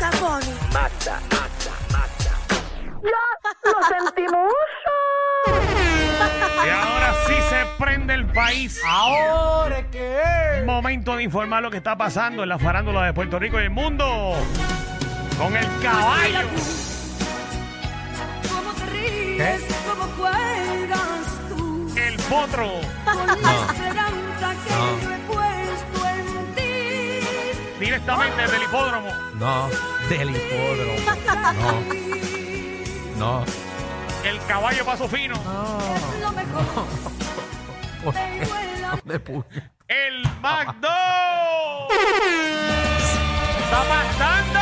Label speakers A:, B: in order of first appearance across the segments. A: Bad Bunny.
B: Mata, mata, mata.
C: ¡Lo sentimos!
D: Y ahora sí se prende el país.
E: Ahora es que es.
D: Momento de informar lo que está pasando en la farándula de Puerto Rico y el mundo. Con el caballo.
A: ¿Cómo te ríes? ¿Cómo juegas tú?
D: El potro.
A: Con la esperanza que he puesto en ti.
D: Directamente del hipódromo.
E: No, del hipódromo. No,
D: El caballo paso fino.
A: Lo mejor.
E: Oh.
A: Tengo el amor.
E: de puño.
D: El Magdo. está pasando?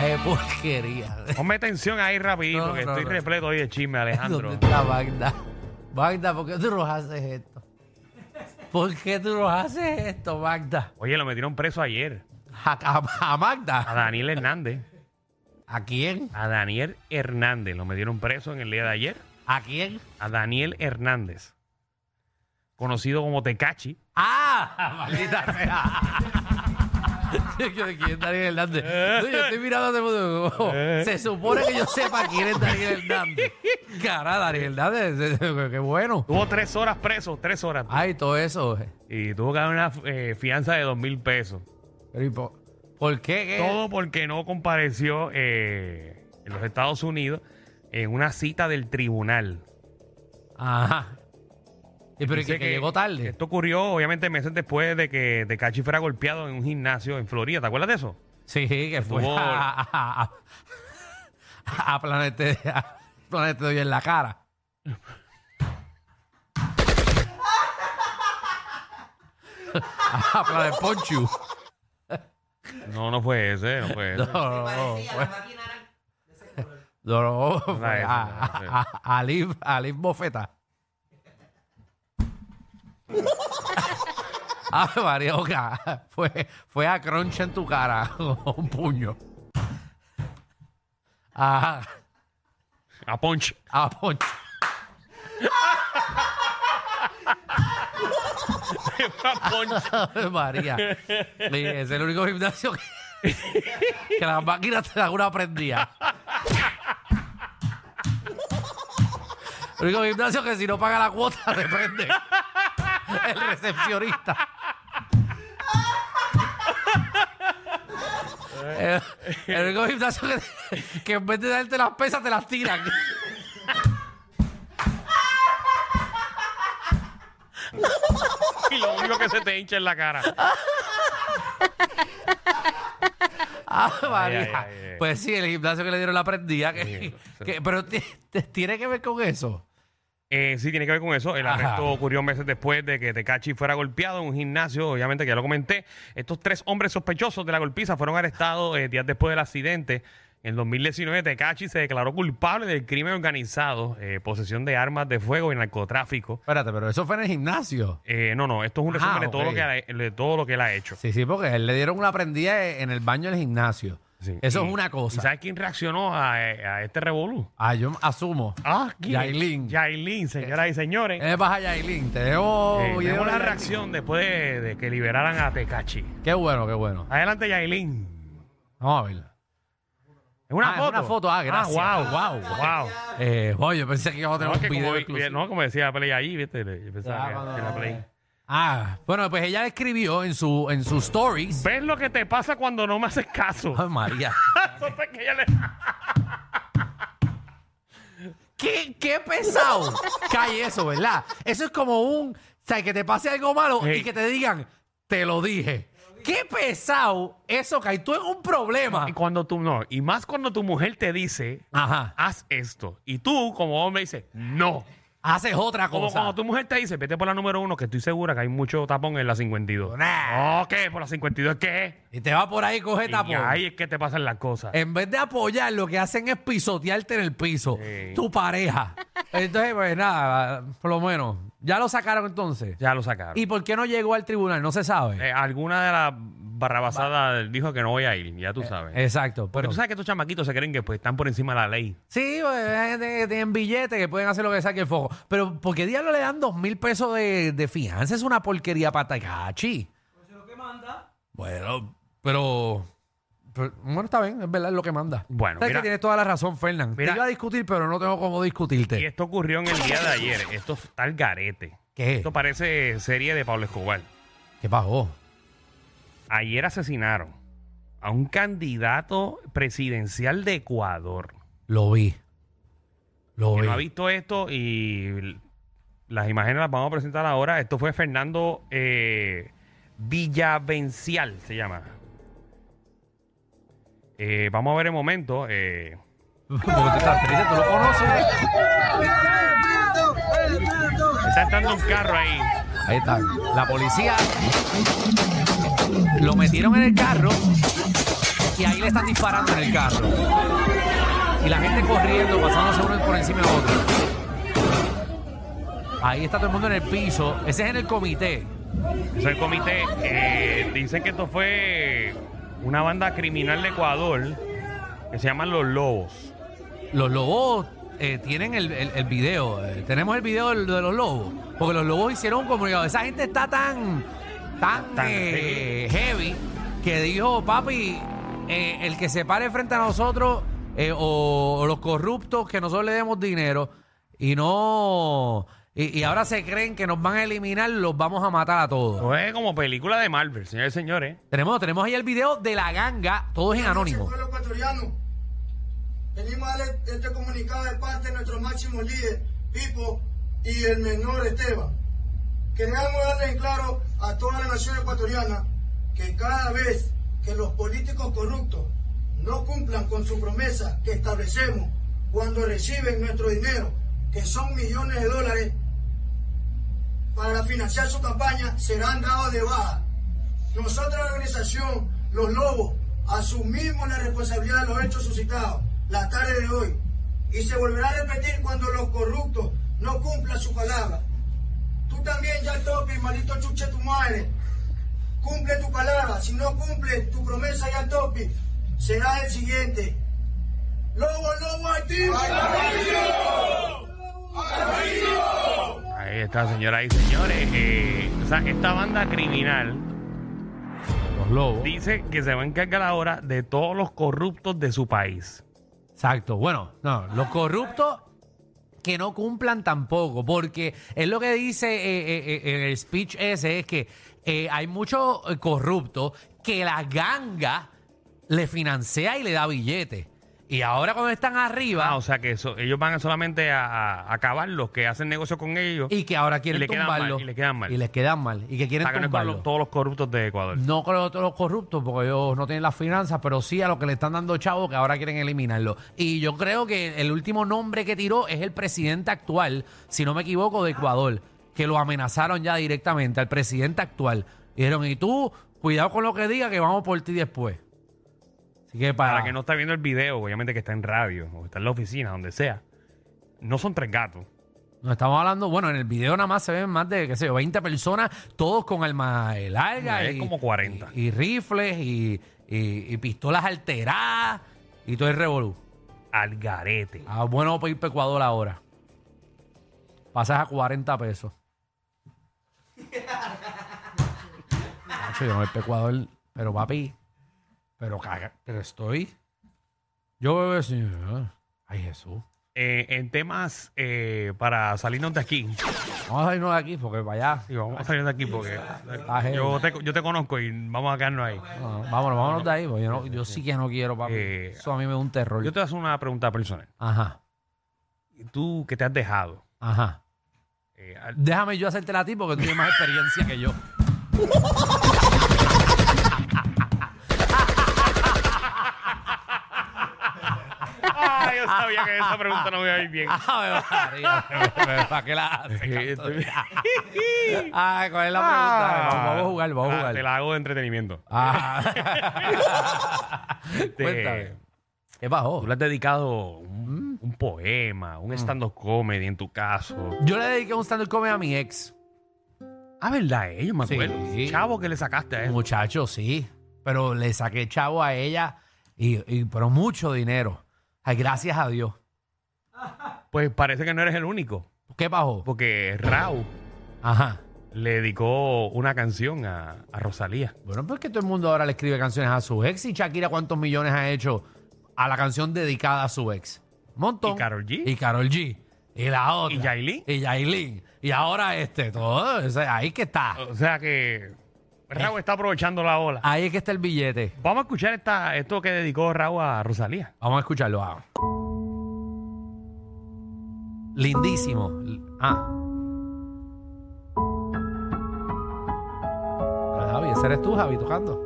E: Qué porquería.
D: Ponme atención ahí rapidito,
E: No,
D: que
E: no,
D: estoy
E: no.
D: repleto hoy de chisme,
E: ¿Dónde
D: Alejandro.
E: está Magda? Magda, ¿por qué tú nos haces esto? ¿Por qué tú nos haces esto, Magda?
D: Oye, lo metieron preso ayer.
E: ¿A, a- a
D: A
E: Magda?
D: Daniel Hernández.
E: ¿A quién?
D: A Daniel Hernández. Lo metieron preso en el día de ayer.
E: ¿A quién?
D: A Daniel Hernández. Conocido como Tecachi.
E: ¡Ah! ¡Maldita sea! Yo, yo, ¿Quién es Daniel Hernández? No, Yo estoy mirando a todo el mundo, como, Se supone que yo sepa quién es Daniel Hernández. Cara, Daniel Hernández, qué bueno.
D: Tuvo tres horas preso, tres horas.
E: Ay, todo eso. eh.
D: Y tuvo que dar una eh, fianza de dos mil pesos.
E: Pero, ¿y po- ¿Por qué? ¿Qué?
D: Todo porque no compareció eh, en los Estados Unidos en una cita del tribunal.
E: Ajá. Y pero y
D: Dice
E: que, que llegó tarde.
D: Esto ocurrió, obviamente, meses después de que Tecachi fuera golpeado en un gimnasio en Florida. ¿Te acuerdas de eso?
E: Sí, que fue
D: Estuvo-
E: a, a, a- a- a Planete a Planete Doy en la cara. a Planet Ponchu.
D: No, no fue ese, no fue
E: No,
D: ese.
E: no, no, fue- No, no, fue
D: No era ese,
E: a,
D: no era ese.
E: a, a- a Liv- a Liv Bofeta. Ah, Marioca, fue, fue a Crunch en tu cara con un puño. Ah, pues,
D: A Punch.
E: a Poncho.
D: A Punch.
E: Ave María. Sí, es el único gimnasio que, que las máquinas te dan una prendida. El único gimnasio que si no paga la cuota te prende. El recepcionista. El, el único gimnasio que, que en vez de darte las pesas te las tiran.
D: Y lo único que se te hincha es la cara.
E: Ah, María.
D: ay, ay, ay.
E: Pues sí, el gimnasio que le dieron la prendida. que-
D: Sí.
E: que- pero ti- te- tiene que ver con eso.
D: Eh, sí, tiene que ver con eso. El
E: Ajá.
D: arresto ocurrió meses después de que Tecachi fuera golpeado en un gimnasio, obviamente que ya lo comenté. Estos tres hombres sospechosos de la golpiza fueron arrestados eh, días después del accidente. En 2019, Tecachi se declaró culpable del crimen organizado, eh, posesión de armas de fuego y narcotráfico.
E: Espérate, pero eso fue en el gimnasio.
D: Eh, no, no, esto es un
E: Ajá,
D: resumen de, todo
E: Ah, ok.
D: lo que, ha- de todo lo que él ha hecho.
E: Sí, sí, porque él le dieron una prendida en el baño del gimnasio.
D: Sí.
E: Eso
D: Y-
E: es una
D: ¿Y
E: cosa.
D: sabes quién reaccionó a, a este revolú?
E: Ah, yo asumo.
D: Ah,
E: Yailin.
D: Yailin, señoras y señores.
E: Eh, oh, baja Yailin, te debo...
D: Eh,
E: video
D: tenemos
E: de
D: la
E: Yailin.
D: reacción después de, de que liberaran a Tecachi.
E: Qué bueno, qué bueno.
D: Adelante, Yailin.
E: Vamos a ver.
D: Es una
E: Ah, es
D: foto.
E: una foto. Ah, gracias.
D: wow, wow, wow.
E: Eh, oye, yo pensé que íbamos a
D: No,
E: tener
D: es que
E: un video
D: como, eh,
E: exclusivo.
D: no, como decía la play ahí, viste, le- yo pensaba
E: Ah,
D: que
E: cuando-
D: que la play.
E: Ah, bueno, pues ella escribió en su en sus stories...
D: ¿Ves lo que te pasa cuando no me haces caso?
E: Ay, María.
D: Eso fue que ella le-
E: ¿Qué, qué pesado cae eso, ¿verdad? Eso es como un, o sea, que te pase algo malo
D: Hey.
E: y que te digan, te lo dije. Qué pesado eso cae. Tú en un problema.
D: Y cuando tú no, y más cuando tu mujer te dice,
E: Ajá.
D: haz esto, y tú como hombre dices, no.
E: Haces otra
D: Como
E: cosa.
D: cuando tu mujer te dice, vete por la número uno, que estoy segura que hay mucho tapón en la 52.
E: Nah.
D: No, ¿qué? ¿Por la 52 qué?
E: Y te va por ahí, coge
D: Y
E: tapón. Eh.
D: ahí es que te pasan las cosas.
E: En vez de apoyar, lo que hacen es pisotearte en el piso.
D: Sí.
E: Tu pareja. Entonces, pues nada, por lo menos. Ya lo sacaron entonces.
D: Ya lo sacaron.
E: ¿Y por qué no llegó al tribunal? No se sabe.
D: Eh, alguna de las barrabasadas dijo que no voy a ir, ya tú sabes.
E: Exacto.
D: Pero
E: Pero
D: tú sabes que estos chamaquitos se creen que pues, están por encima de la ley.
E: Sí, pues, hay gente que tienen billetes que pueden hacer lo que saque el foco. Pero ¿por qué diablos le dan dos mil pesos de, de fianza? Es una porquería para Takachi. Pues es lo que manda. Bueno, pero... está bien, es verdad, es lo que manda.
D: Bueno,
E: Sabes
D: mira-
E: que tienes toda la razón, Fernán. Te
D: Mira-
E: iba a discutir, pero no tengo cómo
D: Y
E: discutirte.
D: esto ocurrió en el día de ayer. Esto está al garete.
E: ¿Qué?
D: Esto parece serie de Pablo Escobar.
E: ¿Qué pasó?
D: Ayer asesinaron a un candidato presidencial de Ecuador.
E: Lo vi. Lo
D: Que
E: vi.
D: no ha visto esto y las imágenes las vamos a presentar ahora. Esto fue Fernando eh, Villavencial, se llama. Eh, vamos a ver el momento. eh.
E: Porque tú estás triste, tú lo conoces.
D: está entrando un carro ahí.
E: Ahí está. La policía lo metieron en el carro y ahí le están disparando en el carro. Y la gente corriendo, pasándose uno por encima de otro. Ahí está todo el mundo en el piso. Ese es en el comité.
D: Eso es el comité. eh, dicen que esto fue una banda criminal de Ecuador que se llaman Los Lobos.
E: Los lobos eh, tienen el, el- el video. eh, tenemos el video del- de los lobos. Porque los lobos hicieron un comunicado. Esa gente está tan, tan,
D: Tan,
E: eh, heavy que dijo, papi, eh, el que se pare frente a nosotros eh, o, o los corruptos que nosotros le demos dinero y no... Y, y ahora se creen que nos van a eliminar, los vamos a matar a todos.
D: No es como película de Marvel, señores y señores.
E: Tenemos, tenemos ahí el video de la ganga, todos en anónimo.
F: pueblo ecuatoriano. Venimos a darle este comunicado de parte de nuestro máximo líder, Pipo, y el menor Esteban. Queremos darle en claro a toda la nación ecuatoriana que cada vez que los políticos corruptos no cumplan con su promesa que establecemos cuando reciben nuestro dinero, que son millones de dólares, para financiar su campaña serán dados de baja. Nosotros, la organización Los Lobos, asumimos la responsabilidad de los hechos suscitados la tarde de hoy y se volverá a repetir cuando los corruptos no cumplan su palabra. Tú también, ya toque, maldito chuche tu madre. Cumple tu palabra. Si no cumple tu promesa, ya topi, será el siguiente. Lobo, lobo, activo.
D: Ahí está, señoras y señores. Eh, o sea, esta banda criminal
E: Los lobos.
D: dice que se va a encargar ahora de todos los corruptos de su país.
E: Exacto. Bueno, no, los corruptos que no cumplan tampoco, porque es lo que dice eh, eh, eh, en el speech ese, es que eh, hay muchos eh, corruptos que la ganga le financia y le da billetes. Y ahora cuando están arriba
D: Ah, o sea que eso- ellos van solamente a, a acabar los que hacen negocio con ellos
E: y que ahora quieren
D: le quedan mal,
E: tumbarlo.
D: y le quedan mal.
E: Y les quedan mal. Y que quieren
D: para que no es con
E: tumbarlo. Ah.
D: los- todos los corruptos de Ecuador.
E: No con los, los corruptos, porque ellos no tienen las finanzas, pero sí a los que le están dando chavo que ahora quieren eliminarlo. Y yo creo que el último nombre que tiró es el presidente actual, si no me equivoco, de Ecuador, que lo amenazaron ya directamente al presidente actual. Y dijeron, y tú, cuidado con lo que diga, que vamos por ti después. Así que para,
D: Para que no está viendo el video, obviamente que está en radio o está en la oficina, donde sea. No son tres gatos.
E: Nos estamos hablando, bueno, en el video nada más se ven más de, qué sé yo, 20 personas, todos con armas eh, largas.
D: Es
E: y-
D: como 40.
E: Y, y rifles y, y- y pistolas alteradas y todo el revolú.
D: Al garete.
E: Ah, bueno, para ir pa' Ecuador ahora. Pasas a 40 pesos. Nacho, yo no voy pa' Ecuador, pero papi, pero caga, pero estoy. Yo bebé, señor. Ay, Jesús.
D: Eh, en temas eh, para salirnos de aquí.
E: Vamos a irnos de aquí porque para allá.
D: Sí, vamos a salirnos de aquí porque
E: Ajá.
D: yo te, yo te conozco y vamos a quedarnos ahí.
E: No, no, vámonos, vámonos de ahí. porque Yo, no- yo sí que no quiero, papi.
D: Eh,
E: Eso a mí me da un terror.
D: Yo te voy a hacer una pregunta personal.
E: Ajá,
D: Tú que te has dejado.
E: ajá.
D: eh, al-
E: Déjame yo hacerte la ti porque tú tienes más experiencia que yo.
D: Ah, yo sabía que esa pregunta no me iba a ir bien.
E: Ah, ¿Para qué la
D: Eh,
E: haces?
D: estoy-
E: Cantor? Ay, ¿cuál es la pregunta?
D: Ah,
E: vamos, vamos a jugar, vamos a
D: ah,
E: jugar.
D: Te la hago de entretenimiento.
E: Ah.
D: Este,
E: Cuéntame. ¿Qué bajó?
D: Tú le has dedicado un, un poema, un stand-up comedy en tu caso.
E: Yo le dediqué un stand-up comedy a mi ex.
D: Ah, ¿verdad? Ellos me
E: Sí.
D: acuerdo. Chavo que le sacaste
E: Eh.
D: a eso.
E: Muchacho, sí. Pero le saqué chavo a ella, y, y- pero mucho dinero. Ay, gracias a Dios.
D: Pues parece que no eres el único.
E: ¿Qué bajó?
D: Porque Raúl
E: Ajá.
D: le dedicó una canción a, a Rosalía.
E: Bueno, pues que todo el mundo ahora le escribe canciones a su ex. Y Shakira, ¿cuántos millones ha hecho a la canción dedicada a su ex? Un montón.
D: ¿Y Karol G?
E: Y Karol G. Y la otra.
D: ¿Y Yailin?
E: Y Yailin. Y ahora este, todo. o sea, ahí que está.
D: O sea que Raúl está aprovechando la ola.
E: Ahí es que está el billete.
D: Vamos a escuchar esta, esto que dedicó Raúl a Rosalía.
E: Vamos a escucharlo. ah. Lindísimo. Ah. Ah, Javi, ese eres tú, Javi, tocando.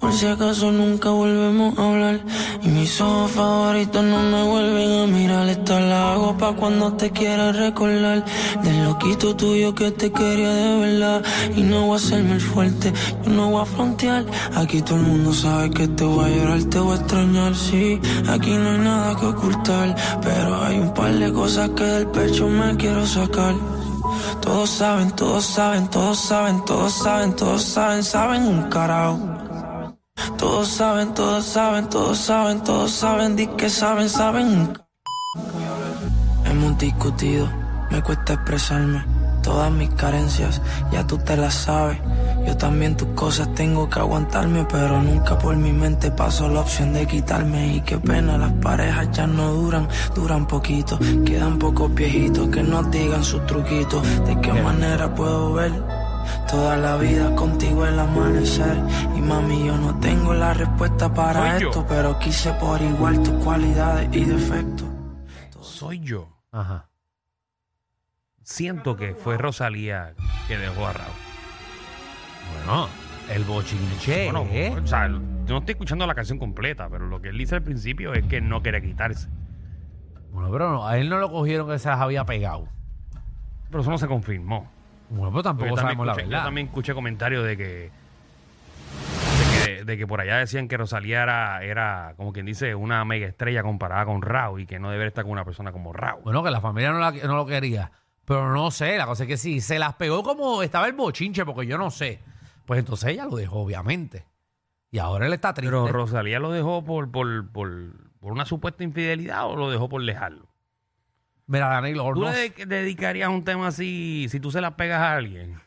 G: Por si acaso nunca volvemos a hablar Y mis ojos favoritos no me vuelven a mirar Esta la hago pa' cuando te quiera recordar Del loquito tuyo que te quería de verdad Y no voy a hacerme el fuerte, yo no voy a frontear Aquí todo el mundo sabe que te voy a llorar, te voy a extrañar Sí, aquí no hay nada que ocultar Pero hay un par de cosas que del pecho me quiero sacar todos saben, todos saben, todos saben, todos saben, todos saben, saben un carajo. Todos saben, todos saben, todos saben, todos saben, di que saben, saben. Hemos discutido, me cuesta expresarme. Todas mis carencias, ya tú te las sabes. Yo también tus cosas tengo que aguantarme, pero nunca por mi mente pasó la opción de quitarme. Y qué pena, las parejas ya no duran, duran poquito. Quedan pocos viejitos que nos digan sus truquitos. De qué manera puedo ver Toda la vida contigo el amanecer Y mami yo no tengo la respuesta para
D: Soy yo.
G: esto Pero quise por igual tus cualidades y defectos
D: Soy yo.
E: Ajá.
D: Siento que fue Rosalía que dejó a Raúl.
E: Bueno, el bochinche.
D: Bueno,
E: ¿eh?
D: o sea, yo no estoy escuchando la canción completa, pero lo que él dice al principio es que no quiere quitarse.
E: Bueno, pero no, a él no lo cogieron que se las había pegado.
D: Pero eso no se confirmó.
E: Bueno, pero
D: Porque
E: tampoco
D: yo, también
E: sabemos la
D: escuché, yo
E: verdad.
D: también escuché comentarios de que, de que de que por allá decían que Rosalía era, era como quien dice una mega estrella comparada con Raúl y que no debería estar con una persona como Raúl.
E: Bueno, que la familia no, la- no lo quería. Pero no sé, la cosa es que si se las pegó como estaba el bochinche, porque yo no sé. Pues entonces ella lo dejó, obviamente. Y ahora él está triste.
D: Pero Rosalía lo dejó por, por, por, por una supuesta infidelidad o lo dejó por dejarlo.
E: Mira, Danilo,
D: ¿Tú
E: no
D: le
E: sé.
D: de- dedicarías un tema así si tú se la pegas a alguien?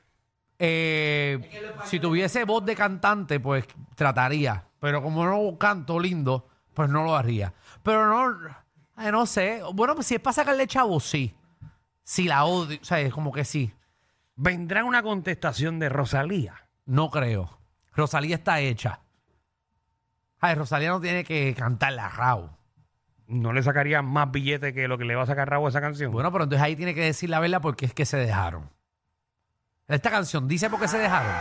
E: Eh, si tuviese voz de cantante, pues trataría. Pero como no canto lindo, pues no lo haría. Pero no, ay, no sé. Bueno, pues si es para sacarle chavo, sí. Si la odio, o sea, es como que sí.
D: ¿Vendrá una contestación de Rosalía?
E: No creo. Rosalía está hecha. Ay, Rosalía no tiene que cantar la Raúl.
D: ¿No le sacaría más billete que lo que le va a sacar Raúl a esa canción?
E: Bueno, pero entonces ahí tiene que decir la verdad porque es que se dejaron. Esta canción dice por qué se dejaron.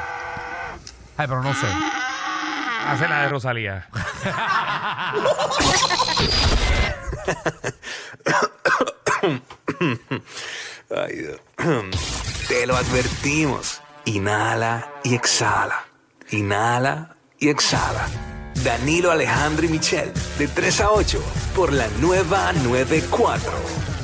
E: Ay, pero no sé.
D: Hace la de Rosalía.
B: Ay, Dios. Te lo advertimos. Inhala y exhala. Inhala y exhala. Danilo Alejandro y Michel, de 3 a 8, por la nueva 94.